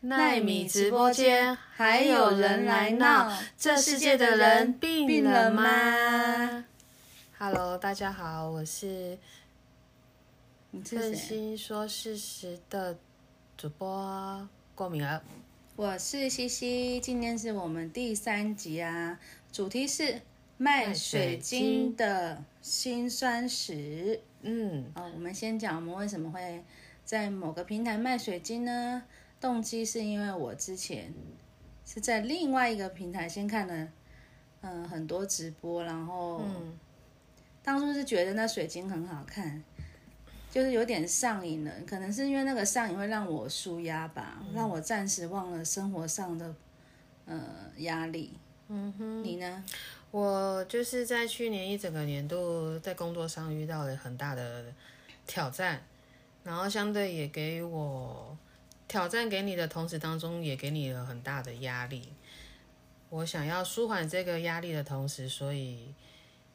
奈米直播间还有人来闹，这世界的人病了吗？Hello，大家好，我是你是真谁？心说事实的主播郭敏儿。我是西西，今天是我们第三集啊，主题是卖水晶的辛酸史。嗯，哦，我们先讲我们为什么会在某个平台卖水晶呢？动机是因为我之前是在另外一个平台先看了，嗯、很多直播，然后嗯当初是觉得那水晶很好看，就是有点上瘾了。可能是因为那个上瘾会让我舒压吧，让我暂时忘了生活上的呃压力。嗯哼，你呢？我就是在去年一整个年度在工作上遇到了很大的挑战，然后相对也给我挑战给你的同时当中，也给你了很大的压力。我想要舒缓这个压力的同时，所以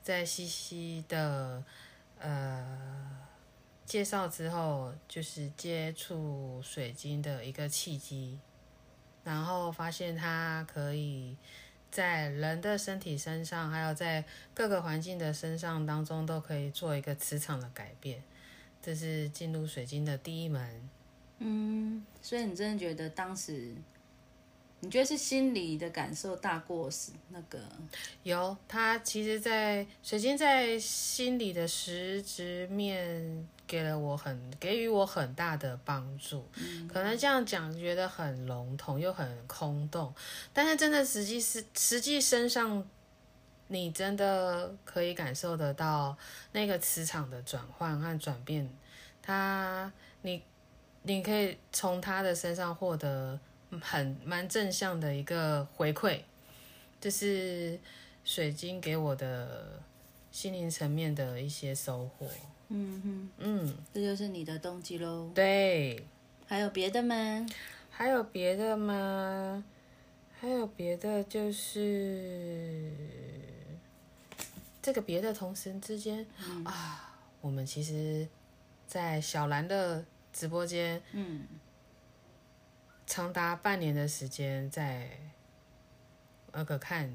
在西西的呃介绍之后，就是接触水晶的一个契机，然后发现它可以。在人的身体身上，还有在各个环境的身上当中，都可以做一个磁场的改变。这是进入水晶的第一门。嗯，所以你真的觉得当时，你觉得是心理的感受大过是那个有，它其实在，水晶在心理的实质面给了我很给予我很大的帮助。可能这样讲觉得很笼统又很空洞，但是真的实际是实际身上，你真的可以感受得到那个磁场的转换和转变。它，你你可以从他的身上获得很蛮正向的一个回馈，就是。水晶给我的心灵层面的一些收获。嗯嗯，哼，这就是你的动机喽。对。还有别的吗？还有别的吗？还有别的就是这个别的同时之间、啊，我们其实，在小兰的直播间嗯，长达半年的时间在那个看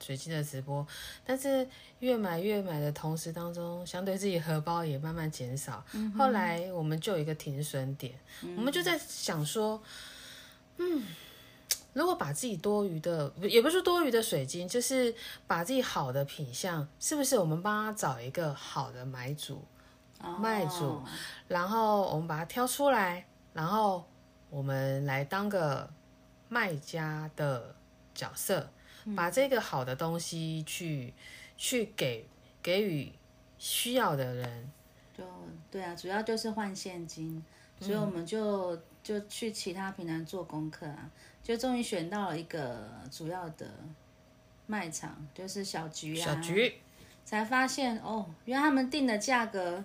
水晶的直播，但是越买越买的同时当中，相对自己荷包也慢慢减少。后来我们就有一个停损点，我们就在想说，嗯，如果把自己多余的，不也不是多余的水晶，就是把自己好的品相，是不是我们帮他找一个好的买主？哦卖主然后我们把它挑出来，然后我们来当个卖家的角色，嗯把这个好的东西去去给给予需要的人。就对啊，主要就是换现金，所以嗯我们就、就去其他平台做功课啊，就终于选到了一个主要的卖场，就是小菊啊，小菊，才发现哦，原来他们定的价格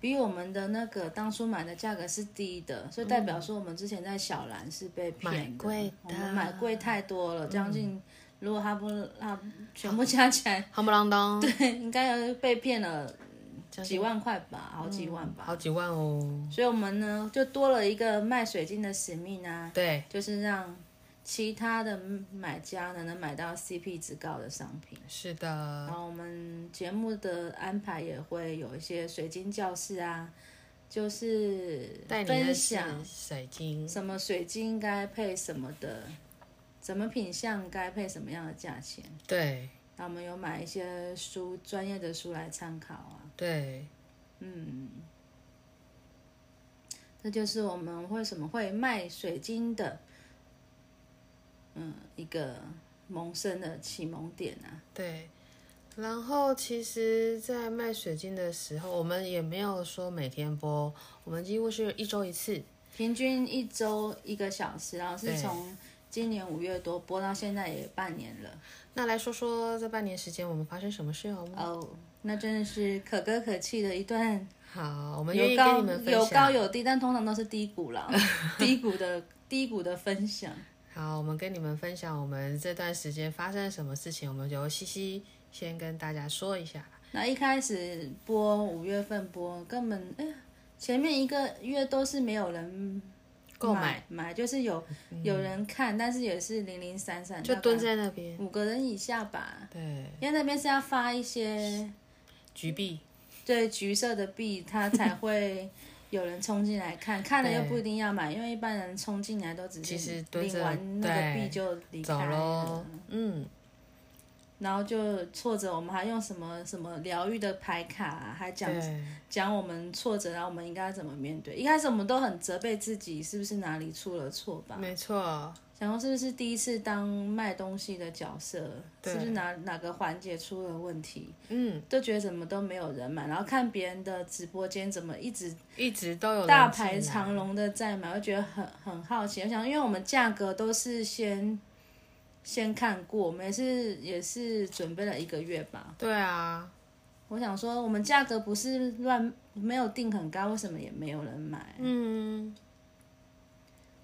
比我们的那个当初买的价格是低的，所以代表说我们之前在小兰是被骗嗯买的，贵我的嗯们买贵太多了，将近如果他不他全部加起来，夯不啷啊当，对，应该要被骗了将近嗯几万块吧，好几万吧。好几万哦。所以我们呢就多了一个卖水晶的使命啊，对，就是让其他的买家呢能买到 CP 值高的商品。是的，然后我们节目的安排也会有一些水晶教室啊，就是带你分认识享水晶。什么水晶应该配什么的，什么品相该配什么样的价钱。对那我们有买一些书，专业的书来参考啊。对，嗯，这就是我们为什么会卖水晶的，嗯，一个萌生的启蒙点啊。对，然后其实，在卖水晶的时候，我们也没有说每天播，我们几乎是一周一次。平均一周一个小时，然后是从今年五月多播到现在也半年了。那来说说这半年时间我们发生什么事好吗？哦，那真的是可歌可泣的一段，好，我们嗯愿有意跟高你们分享。有高有低，但通常都是低谷 啦，低谷的低谷的分享。好，我们跟你们分享我们这段时间发生什么事情，我们由西西先跟大家说一下。那一开始播五月份播，根本哎呀，前面一个月都是没有人购买，嗯买买就是有有人看，但是也是零零散散，就大概蹲在那边，五个嗯人以下吧，对，因为那边是要发一些嗯举币，对橘色的币，它 才会有人冲进来看，看了又不一定要买，因为一般人冲进来都只其实是蹲着领完那个对币就离开走喽了。，嗯，然后就挫折，我们还用什么什么疗愈的牌卡啊、还讲对，讲我们挫折，然后我们应该怎么面对。一开始我们都很责备自己，是不是哪里出了错吧？没错，想说是不是第一次当卖东西的角色，对是不是哪哪个环节出了问题？嗯，都觉得怎么都没有人买，然后看别人的直播间怎么一直一直都有人大排进来长龙的在买，我觉得很很好奇。我想，因为我们价格都是先先看过，我们也是也是准备了一个月吧。对啊，我想说，我们价格不是乱没有定很高，为什么也没有人买？嗯，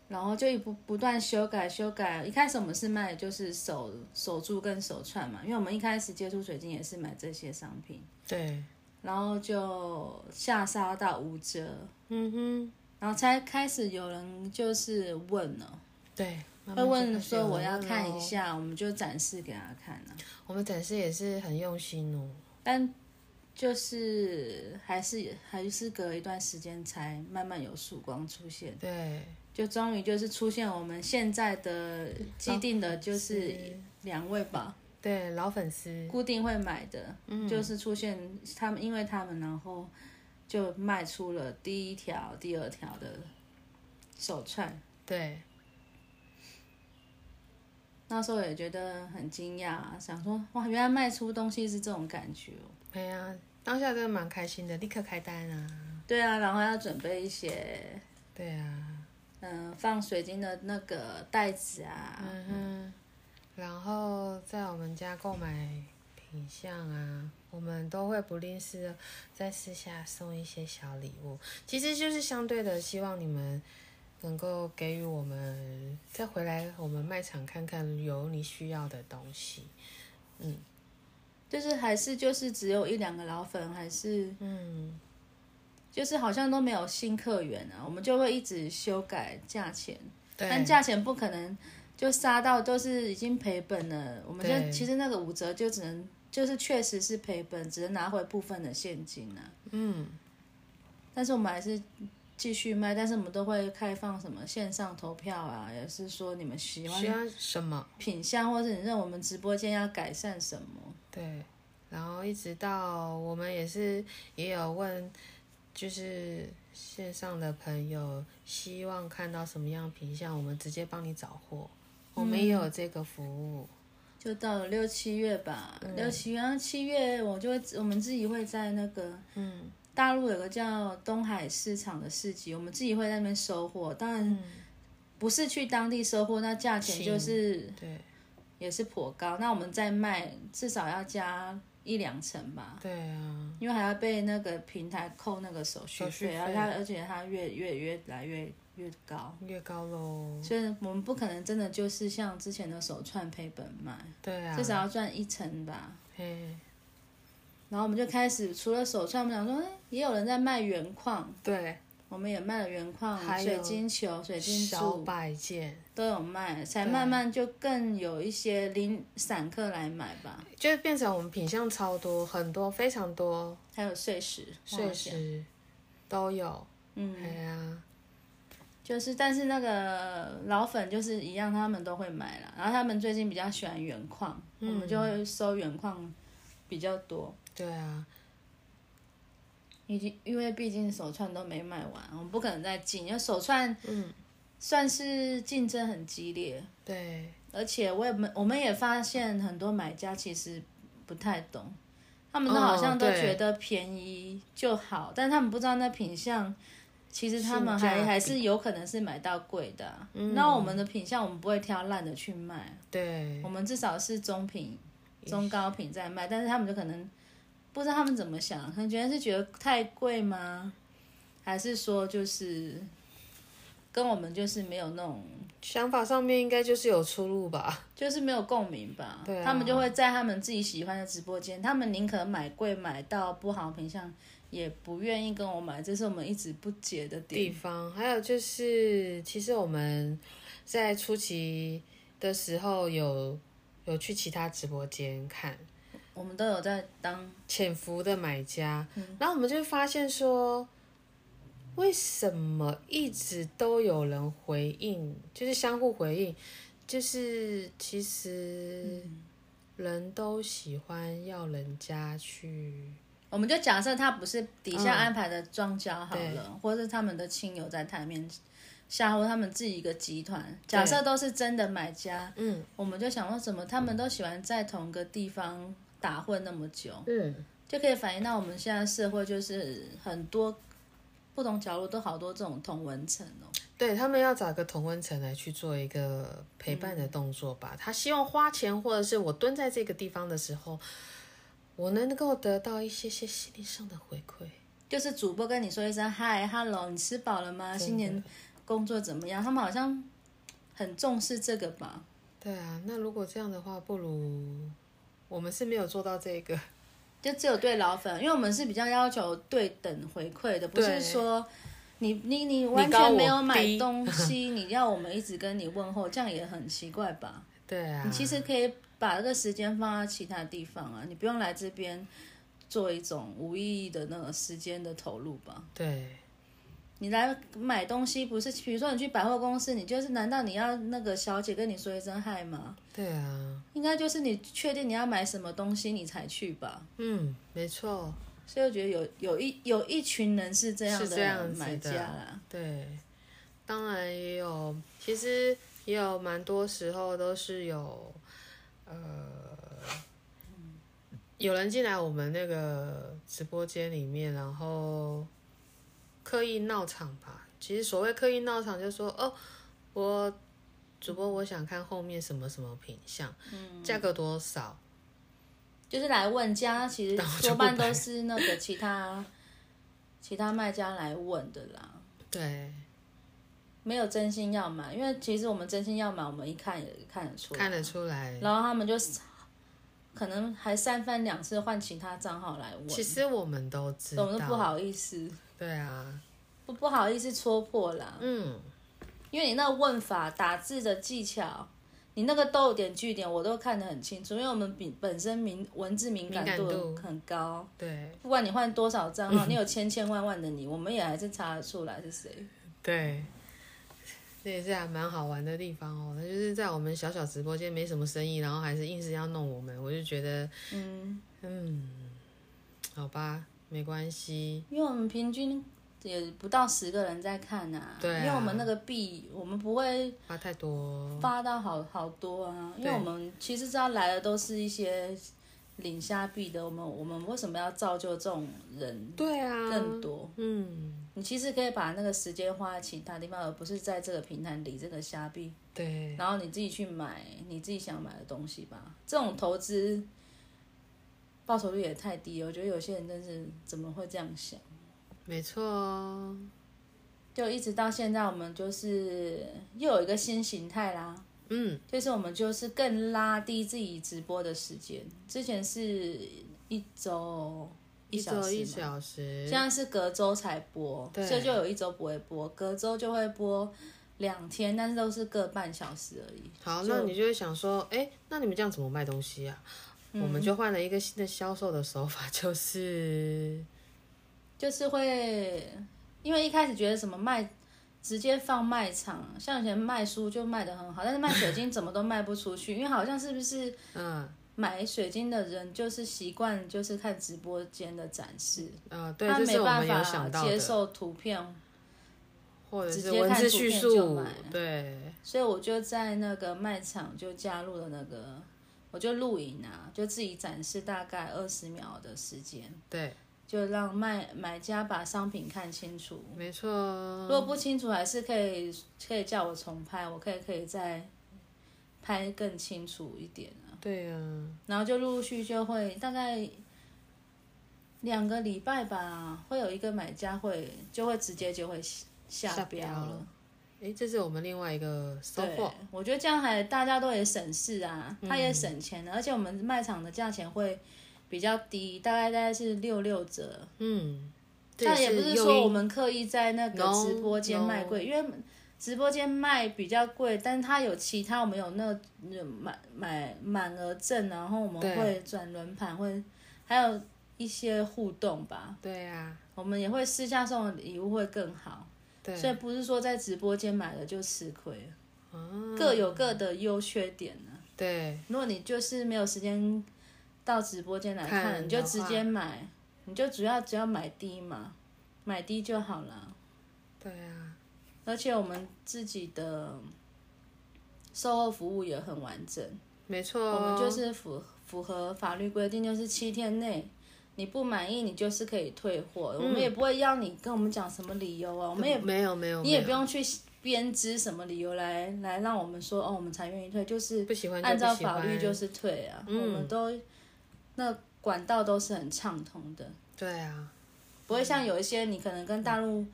然后就一不不断修改修改。一开始我们是卖就是手手珠跟手串嘛，因为我们一开始接触水晶也是买这些商品，对，然后就下杀到五折，嗯哼，然后才开始有人就是问了，对，慢慢会就问开始有说我人要问看咯一，下，我们就展示给他看啊。我们展示也是很用心哦，但就是还是还是隔一段时间才慢慢有曙光出现，对，就终于就是出现我们现在的既定的就是是两位吧，对，老粉丝，固定会买的，就是出现他们因为他们然后就卖出了第一条、第二条的手串。对，那时候也觉得很惊讶、啊，想说哇，原来卖出东西是这种感觉哦。对啊，当下真的蛮开心的，立刻开单啊，对啊，然后要准备一些对啊，嗯、呃放水晶的那个袋子啊，嗯哼，然后在我们家购买品相啊，我们都会不吝啬地在私下送一些小礼物，其实就是相对的，希望你们能够给予我们再回来我们卖场看看有你需要的东西。就是还是就是只有一两个老粉，还是嗯，就是好像都没有新客源啊，我们就会一直修改价钱，但对，价钱不可能就杀到都是已经赔本了，我们就对其实那个五折就只能就是确实是赔本，只能拿回部分的现金啊。嗯，但是我们还是继续卖，但是我们都会开放什么线上投票啊，也是说你们喜需欢要什么？品相，或者你认为我们直播间要改善什么。对，然后一直到我们也是也有问，就是线上的朋友希望看到什么样品相，我们直接帮你找货，我们也有这个服务。就到了六七月吧，嗯六七月，然后七月我就会我们自己会在那个嗯，大陆有个叫东海市场的市集，我们自己会在那边收货，当嗯然不是去当地收货，那价钱就是对也是颇高，那我们再卖至少要加一两成吧。对啊，因为还要被那个平台扣那个手续手续费，然后费它而且它越越越来越越高，越高喽。所以我们不可能真的就是像之前的手串赔本卖，对啊，至少要赚一成吧。嘿，然后我们就开始除了手串，我们想说，哎，也有人在卖原矿，对，我们也卖了原矿、还有水晶球、水晶小珠摆件，都有卖，才对慢慢就更有一些零散客来买吧，就变成我们品相超多，很多非常多，还有碎石，忘碎了讲，石都有。嗯。哎呀，就是，但是那个老粉就是一样，他们都会买啦。然后他们最近比较喜欢原矿，我们就嗯会收原矿比较多。对啊，以及因为毕竟手串都没卖完，我们不可能再进，因为手串嗯，算是竞争很激烈，对，而且我也没我们也发现很多买家其实不太懂，他们都好像都哦对觉得便宜就好，但他们不知道那品相，其实他们性价还比嗯还是有可能是买到贵的啊、那、我们的品相我们不会挑烂的去卖，对，我们至少是中品、中高品在卖，但是他们就可能不知道他们怎么想，可能觉得是觉得太贵吗？还是说就是跟我们就是没有那种想法上面应该就是有出入吧。就是没有共鸣吧。对啊他们就会在他们自己喜欢的直播间，他们宁可买贵买到不好品相，也不愿意跟我买，这是我们一直不解的点。地方，还有就是，其实我们在初期的时候有有去其他直播间看我们都有在当潜伏的买家，嗯然后我们就发现说，为什么一直都有人回应，就是相互回应，就是其实嗯人都喜欢要人家去我们就假设他不是底下安排的庄家好对了，或是他们的亲友在台面下，或他们自己一个集团，假设都是真的买家，嗯，我们就想说，怎么他们都喜欢在同个地方打混那么久，嗯就可以反映到我们现在社会就是很多不同角落都好多这种同文层哦，对他们要找一个同温层来去做一个陪伴的动作吧。他希望花钱，或者是我蹲在这个地方的时候，我能够得到一些些心理上的回馈。就是主播跟你说一声嗨，hello，你吃饱了吗？新年工作怎么样？他们好像很重视这个吧。对啊，那如果这样的话，不如我们是没有做到这个。就只有对老粉，因为我们是比较要求对等回馈的，不对是说你你你完高全没我有买低 东西，你要我们一直跟你问候，这样也很奇怪吧？对啊，你其实可以把这个时间放到其他地方啊，你不用来这边做一种无意义的那个时间的投入吧。对你来买东西不是，比如说你去百货公司，你就是难道你要那个小姐跟你说一声嗨吗？对啊，应该就是你确定你要买什么东西你才去吧。嗯，没错，所以我觉得有有一有一群人是这样是的这样子买家的啦，对，当然也有，其实也有蛮多时候都是有，呃，有人进来我们那个直播间里面，然后刻意闹场吧。其实所谓刻意闹场，就是说哦，我主播我想看后面什么什么品相，嗯价格多少，就是来问家，其实然后就多半不买都是那个其他其他卖家来问的啦，对，没有真心要买，因为其实我们真心要买，我们一看也看得出来，看得出来。然后他们就是可能还三番两次换其他账号来问，其实我们都知我们都不道，好意思，对啊，不不好意思戳破啦，嗯，因为你那个问法、打字的技巧，你那个逗点、句点，我都看得很清楚，因为我们本本身敏文字敏感敏感度度很高，对嗯不管你换多少账号，你有千千万万的你，我们也还是查得出来是谁。对，这也是还蛮好玩的地方哦。那就是在我们小小直播间没什么生意，然后还是硬是要弄我们，我就觉得，嗯，嗯，好吧，没关系。因为我们平均也不到十个人在看呐、对啊因为我们那个币，我们不会花太多，发到好好多啊，因为我对们其实知道来的都是一些领虾币的，我们我们为什么要造就这种人对啊，更多？嗯，你其实可以把那个时间花在其他地方，而不是在这个平台里这个虾币，对，然后你自己去买你自己想买的东西吧。这种投资报酬率也太低了，我觉得有些人真是怎么会这样想？没错哦。就一直到现在，我们就是又有一个新形态啦，嗯，就是我们就是更拉低自己直播的时间，之前是一周一小周时一嘛小时现，在是隔周才播，对所以就有一周不会播，隔周就会播两天，但是都是各半小时而已。好，就那你就会想说，哎、那你们这样怎么卖东西啊？我们嗯就换了一个新的销售的手法，就是就是会，因为一开始觉得什么卖直接放卖场，像以前卖书就卖的很好，但是卖水晶怎么都卖不出去，因为好像是不是嗯买水晶的人就是习惯就是看直播间的展示，呃，对，他这没是我办们有想法到接的。受图片或者直是接文看字图叙片就述买，对，所以我就在那个卖场就加入了那个，我就录影啊，就自己展示大概二十秒的时间，对，就让卖买家把商品看清楚。没错如，果不清楚，还是可以可以叫我重拍，我可以可以再拍更清楚一点啊。对啊，然后就陆陆续续就会大概两个礼拜吧，会有一个买家会就会直接就会下下标标了。诶，这是我们另外一个收对获。，我觉得这样还大家都也省事啊，他嗯也省钱了，而且我们卖场的价钱会比较低，大概大概是六六折。嗯，这但也不是是诱说因我们刻意在那个 No，直播间 no 卖贵，因为直播间卖比较贵，但它有其他我们有那个呃满买满额赠，然后我们对会转轮盘，会还有一些互动吧。对呀、我们也会私下送的礼物会更好，对，所以不是说在直播间买了就吃亏了，嗯，各有各的优缺点呢、对如果你就是没有时间到直播间来看，看你就的直话接买，你就主要只要买低嘛，买低就好了。对啊呀、而且我们自己的售后服务也很完整，没错我们哦，就是符符合法律规定，就是七天内。你不满意，你就是可以退货，嗯我们也不会要你跟我们讲什么理由啊，我们也没有没有，你也没不用去编织什么理由来来让我们说哦，我们才愿意退，就是有不喜欢就按照不喜欢法律就是退啊，嗯我们都那管道都是很畅通的，对啊，不会像有一些你可能跟大陆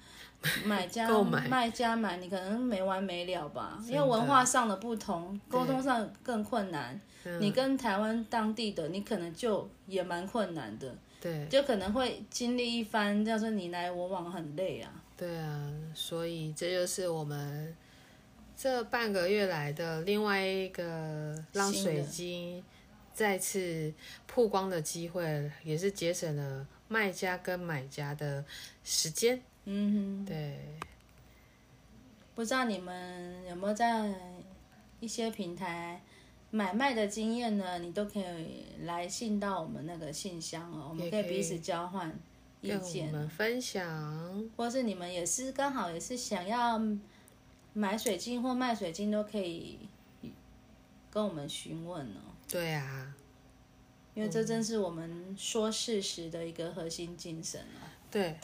买家 购买卖家买，你可能没完没了吧，真因的为文化上的不同，对沟通上更困难。嗯你跟台湾当地的，你可能就也蛮困难的，对就可能会经历一番，叫做你来我往，很累啊。对啊，所以这就是我们这半个月来的另外一个让新水的晶再次曝光的机会，也是节省了卖家跟买家的时间。嗯哼。对，不知道你们有没有在一些平台买卖的经验呢？你都可以来信到我们那个信箱哦，我们也可以可以彼此交换意跟我见，们分享。或是你们也是刚好也是想要买水晶或卖水晶，都可以跟我们询问哦。对啊，因嗯为这正是我们说事实的一个核心精神哦。对，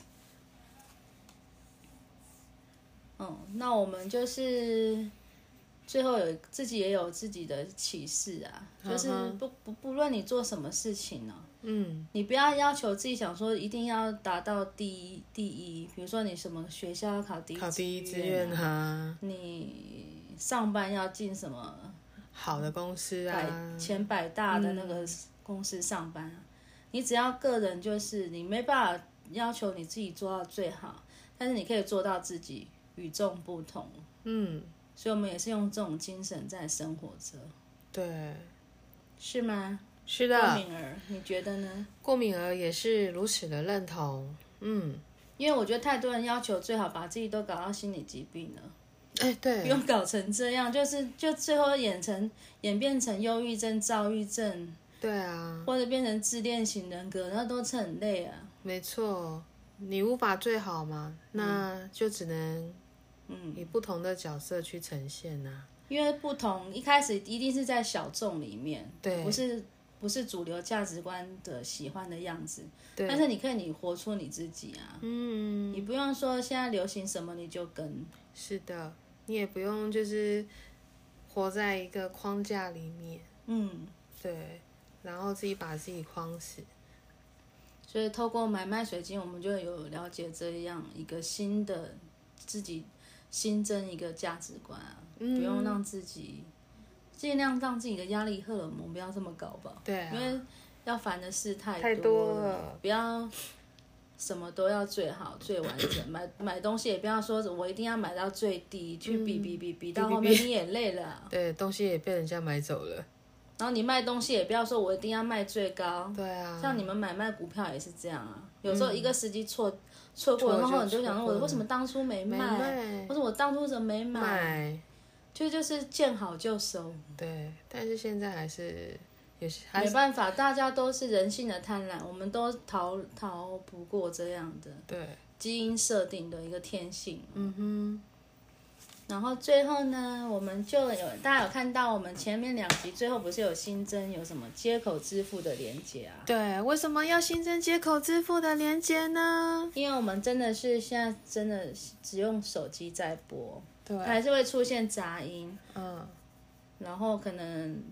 嗯，那我们就是最后有自己也有自己的启示啊，就是嗯不不不论你做什么事情呢、嗯，你不要要求自己想说一定要达到第一第一，比如说你什么学校要考第一，考第一志愿啊，啊，你上班要进什么好的公司百、啊，嗯前百大的那个公司上班啊，你只要个人就是你没办法要求你自己做到最好，但是你可以做到自己与众不同。嗯，所以我们也是用这种精神在生活着，对，是吗？是郭的，敏儿，你觉得呢？过敏儿也是如此的认同，嗯，因为我觉得太多人要求最好，把自己都搞到心理疾病了，哎，不对，用搞成这样，就是就最后演成演变成忧郁症、躁郁症，对啊，或者变成自恋型人格，那都是很累啊。没错，你无法最好嘛，那就只能嗯以不同的角色去呈现呐、因为不同，一开始一定是在小众里面，对不是不是主流价值观的喜欢的样子，对但是你可以你活出你自己啊，嗯，你不用说现在流行什么你就跟，是的，你也不用就是活在一个框架里面，嗯，对，然后自己把自己框死，所以透过买卖水晶，我们就有了解这样一个新的自己新增一个价值观啊，嗯不用让自己尽量让自己的压力荷尔蒙不要这么高吧，对啊，因为要烦的事太太多多了了，不要什么都要最好、最完整。买买东西也不要说我一定要买到最低，去比比比嗯比，到后面你也累了啊。对，东西也被人家买走了，然后你卖东西也不要说我一定要卖最高，对啊，嗯像你们买卖股票也是这样啊。有时候一个时机错错过了，错然就后你就想错说过我了为什么当初没没卖，卖或者我当初怎么没买，哦买，就就是见好就收。对，但是现在还是有些还没是办法，大家都是人性的贪婪，我们都逃逃不过这样的。对，基因设定的一个天性。嗯哼，然后最后呢，我们就有大家有看到我们前面两集最后不是有新增有什么接口支付的连接啊？对，为什么要新增接口支付的连接呢？因为我们真的是现在真的只用手机在播，对，还是会出现杂音，嗯，然后可能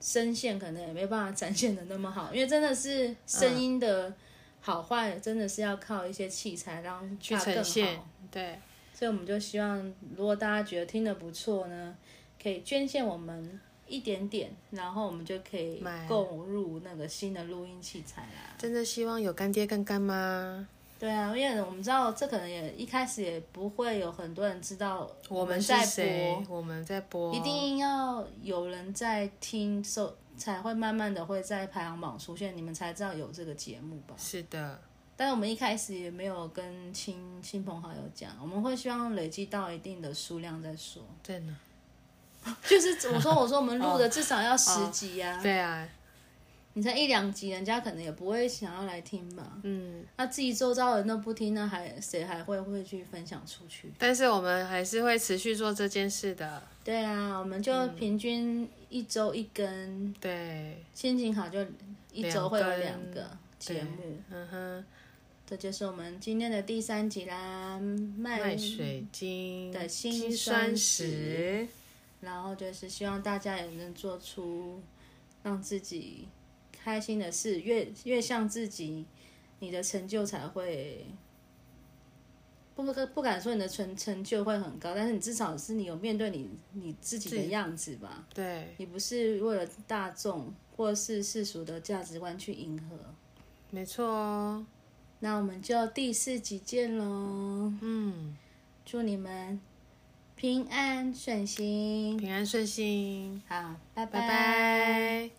声线可能也没办法展现的那么好，因为真的是声音的好坏真的是要靠一些器材让它去更呈现好。，对，所以我们就希望，如果大家觉得听得不错呢，可以捐献我们一点点，然后我们就可以买购入那个新的录音器材啦。真的希望有干爹干干妈，对啊，因为我们知道这可能也一开始也不会有很多人知道我们是在播谁，，我们在播，一定要有人在听受，才会慢慢的会在排行榜出现，你们才知道有这个节目吧。是的，但是我们一开始也没有跟亲亲朋好友讲，我们会希望累积到一定的数量再说。真的，就是我说我说我们录的至少要十集呀、对啊，你才一两集，人家可能也不会想要来听吧。嗯，那自己周遭人都不听，那还谁还会会去分享出去？但是我们还是会持续做这件事的，对啊，我们就平均一周一根，对，心情好就一周会有两两根个节目。对，嗯哼，这就是我们今天的第三集啦，卖卖，水晶的辛金酸酸石石，然后就是希望大家也能做出让自己开心的事，越越像自己，你的成就才会。不不不敢说你的成成就会很高，但是你至少是你有面对你你自己的样子吧，对。你不是为了大众或是世俗的价值观去迎合。没错哦，那我们就第四集见喽！嗯，祝你们平安顺心。平安顺心，好，拜拜拜拜